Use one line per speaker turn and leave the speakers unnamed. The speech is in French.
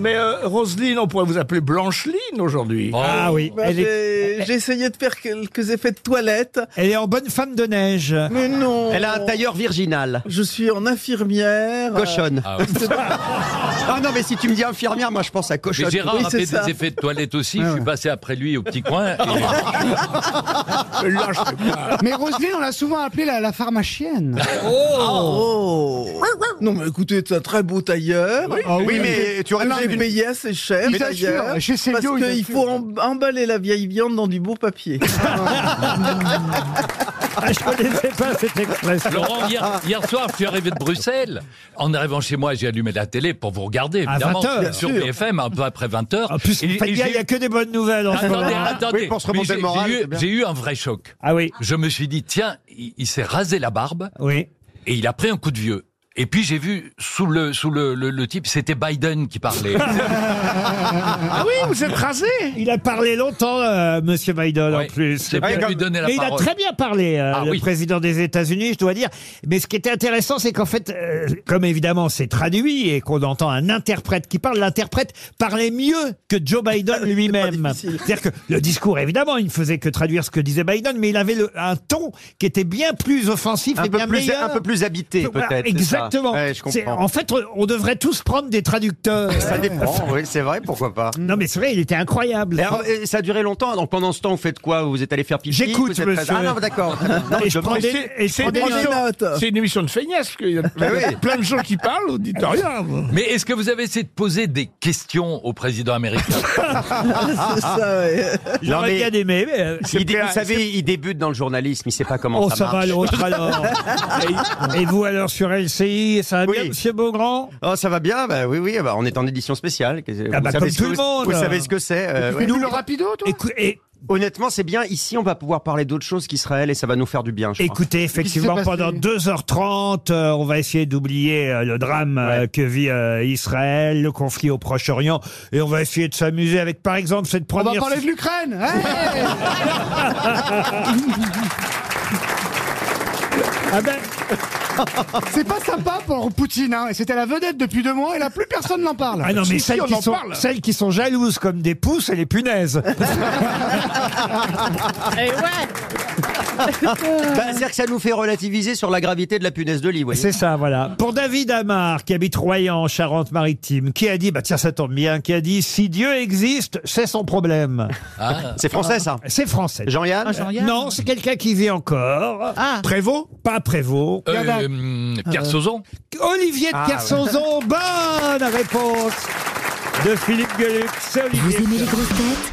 Mais euh, Roselyne, on pourrait vous appeler Blancheline aujourd'hui.
Ah oui,
Bah,
elle, est,
j'ai- J'ai essayé de faire quelques effets de toilette,
elle est en bonne femme de neige.
mais non.
Elle a
Euh,
un tailleur virginal.
bah.
Je suis en infirmière.
Cochonne. Ah, non, mais si tu me dis infirmière, moi je pense à cochonne.
Mais Gérard
oui,
a
c'est
fait
ça.
des effets de toilette
Ah
aussi. Je suis passé après lui au petit coin. et-
Là, je sais pas.
Mais Roselyne, on l'a souvent appelée la, la pharmacienne.
Oh. Non, mais écoutez, c'est un très beau tailleur.
Ah oui,
Oui, mais tu aurais
J'ai
une...
payé assez cher
Ils
d'ailleurs.
assurent, chez
Parce
Célio, ils
qu'il
assurent.
faut em- emballer la vieille viande dans du beau papier.
Ah, je connaissais pas cette expression.
Laurent, hier, hier soir, je suis arrivé de Bruxelles. En arrivant chez moi, j'ai allumé la télé pour vous regarder,
À
évidemment,
20 heures.
sur
Bien sûr.
BFM, un peu après 20h.
En plus, il n'y a, que des bonnes nouvelles en ce
Attendez,
moment.
attendez.
Oui, pour se
Mais
remonter
j'ai-
le moral,
j'ai eu-
c'est bien.
J'ai eu un vrai choc.
Ah oui,
Je me suis dit, tiens, il, il s'est rasé la barbe
oui.
et il a pris un coup de vieux. Et puis j'ai vu sous le sous le, le- le type, c'était Biden qui parlait.
Ah oui, vous êtes rasé
Il a parlé longtemps, euh, Monsieur Biden, en
Ouais.
plus.
J'ai pas
Biden.
lui donner la
Mais il a
parole.
très bien parlé, euh,
Ah
le
oui.
président des États-Unis, je dois dire. Mais ce qui était intéressant, c'est qu'en fait, euh, comme évidemment c'est traduit et qu'on entend un interprète qui parle, l'interprète parlait mieux que Joe Biden lui-même.
difficile.
C'est-à-dire que le discours, évidemment, il ne faisait que traduire ce que disait Biden, mais il avait le- un ton qui était bien plus offensif et
un, peu
bien
plus,
meilleur.
un peu plus habité,
Voilà,
peut-être. c'est ça.
Bah, Exactement.
Ouais, je
C'est-
comprends.
en fait, on devrait tous prendre des traducteurs.
Ça dépend, oui, c'est vrai, pourquoi pas.
non, mais c'est vrai, il était incroyable.
Et alors, et ça a duré longtemps, donc pendant ce temps, vous faites quoi Vous êtes allé faire pipi
J'écoute,
vous êtes resté-
monsieur.
Ah non, d'accord.
Et je prends des- et je prends des
Prends des
notes.
notes.
C'est une émission de feignasse, parce qu'il y a plein,
oui.
plein de gens qui parlent, vous dites rien. vous.
Mais est-ce que vous avez essayé de poser des questions au président américain
C'est ça, ouais.
Non,
J'aurais
mais-
bien aimé, mais... euh,
Il dé- vous savez, il débute dans le journalisme, il sait pas comment
Oh,
ça,
ça va
marche.
l'autre alors. Et vous alors sur LCI, ça va
Oui.
bien, monsieur Beaugrand
Oh, ça va bien Bah oui, oui, bah, on est en édition spéciale.
Ah
Vous
bah,
savez
comme
ce
tout
que
le
vous-
monde.
Vous savez ce que c'est euh, ouais.
Fais-nous le rapido, toi
Écou- et-
Honnêtement, c'est bien. Ici, on va pouvoir parler d'autres choses qu'Israël et ça va nous faire du bien. Je crois.
Écoutez, effectivement,
Qu'est-ce qui s'est
pendant
passé
2h30, euh, on va essayer d'oublier euh, le drame euh, que vit euh, Israël, le conflit au Proche-Orient, et on va essayer de s'amuser avec, par exemple, cette
On
première...
va parler de l'Ukraine. Eh, Hey
Ah ben,
c'est pas sympa pour Poutine. Hein. C'était la vedette depuis deux mois et là, plus personne n'en parle.
ah non, mais
Si,
celles,
on
qui
en
sont,
parle.
celles qui sont jalouses comme des pousses, et les punaises.
Bah, C'est-à-dire que ça nous fait relativiser sur la gravité de la punaise de lit. vous voyez.
C'est ça, voilà. Pour David Amar, qui habite Royan, en Charente-Maritime, qui a dit, bah tiens, ça tombe bien, qui a dit, si Dieu existe, c'est son problème.
Ah,
C'est français, ça. Ah,
C'est français.
Jean-Yann
Non, c'est quelqu'un qui vit encore.
Ah.
Prévost Pas Prévost.
euh, hum, Pierre Sauzon
Olivier de
Ah,
Kersauzon, bonne réponse de Philippe Gueluc. C'est
Vous
Olivier.
aimez les grosses têtes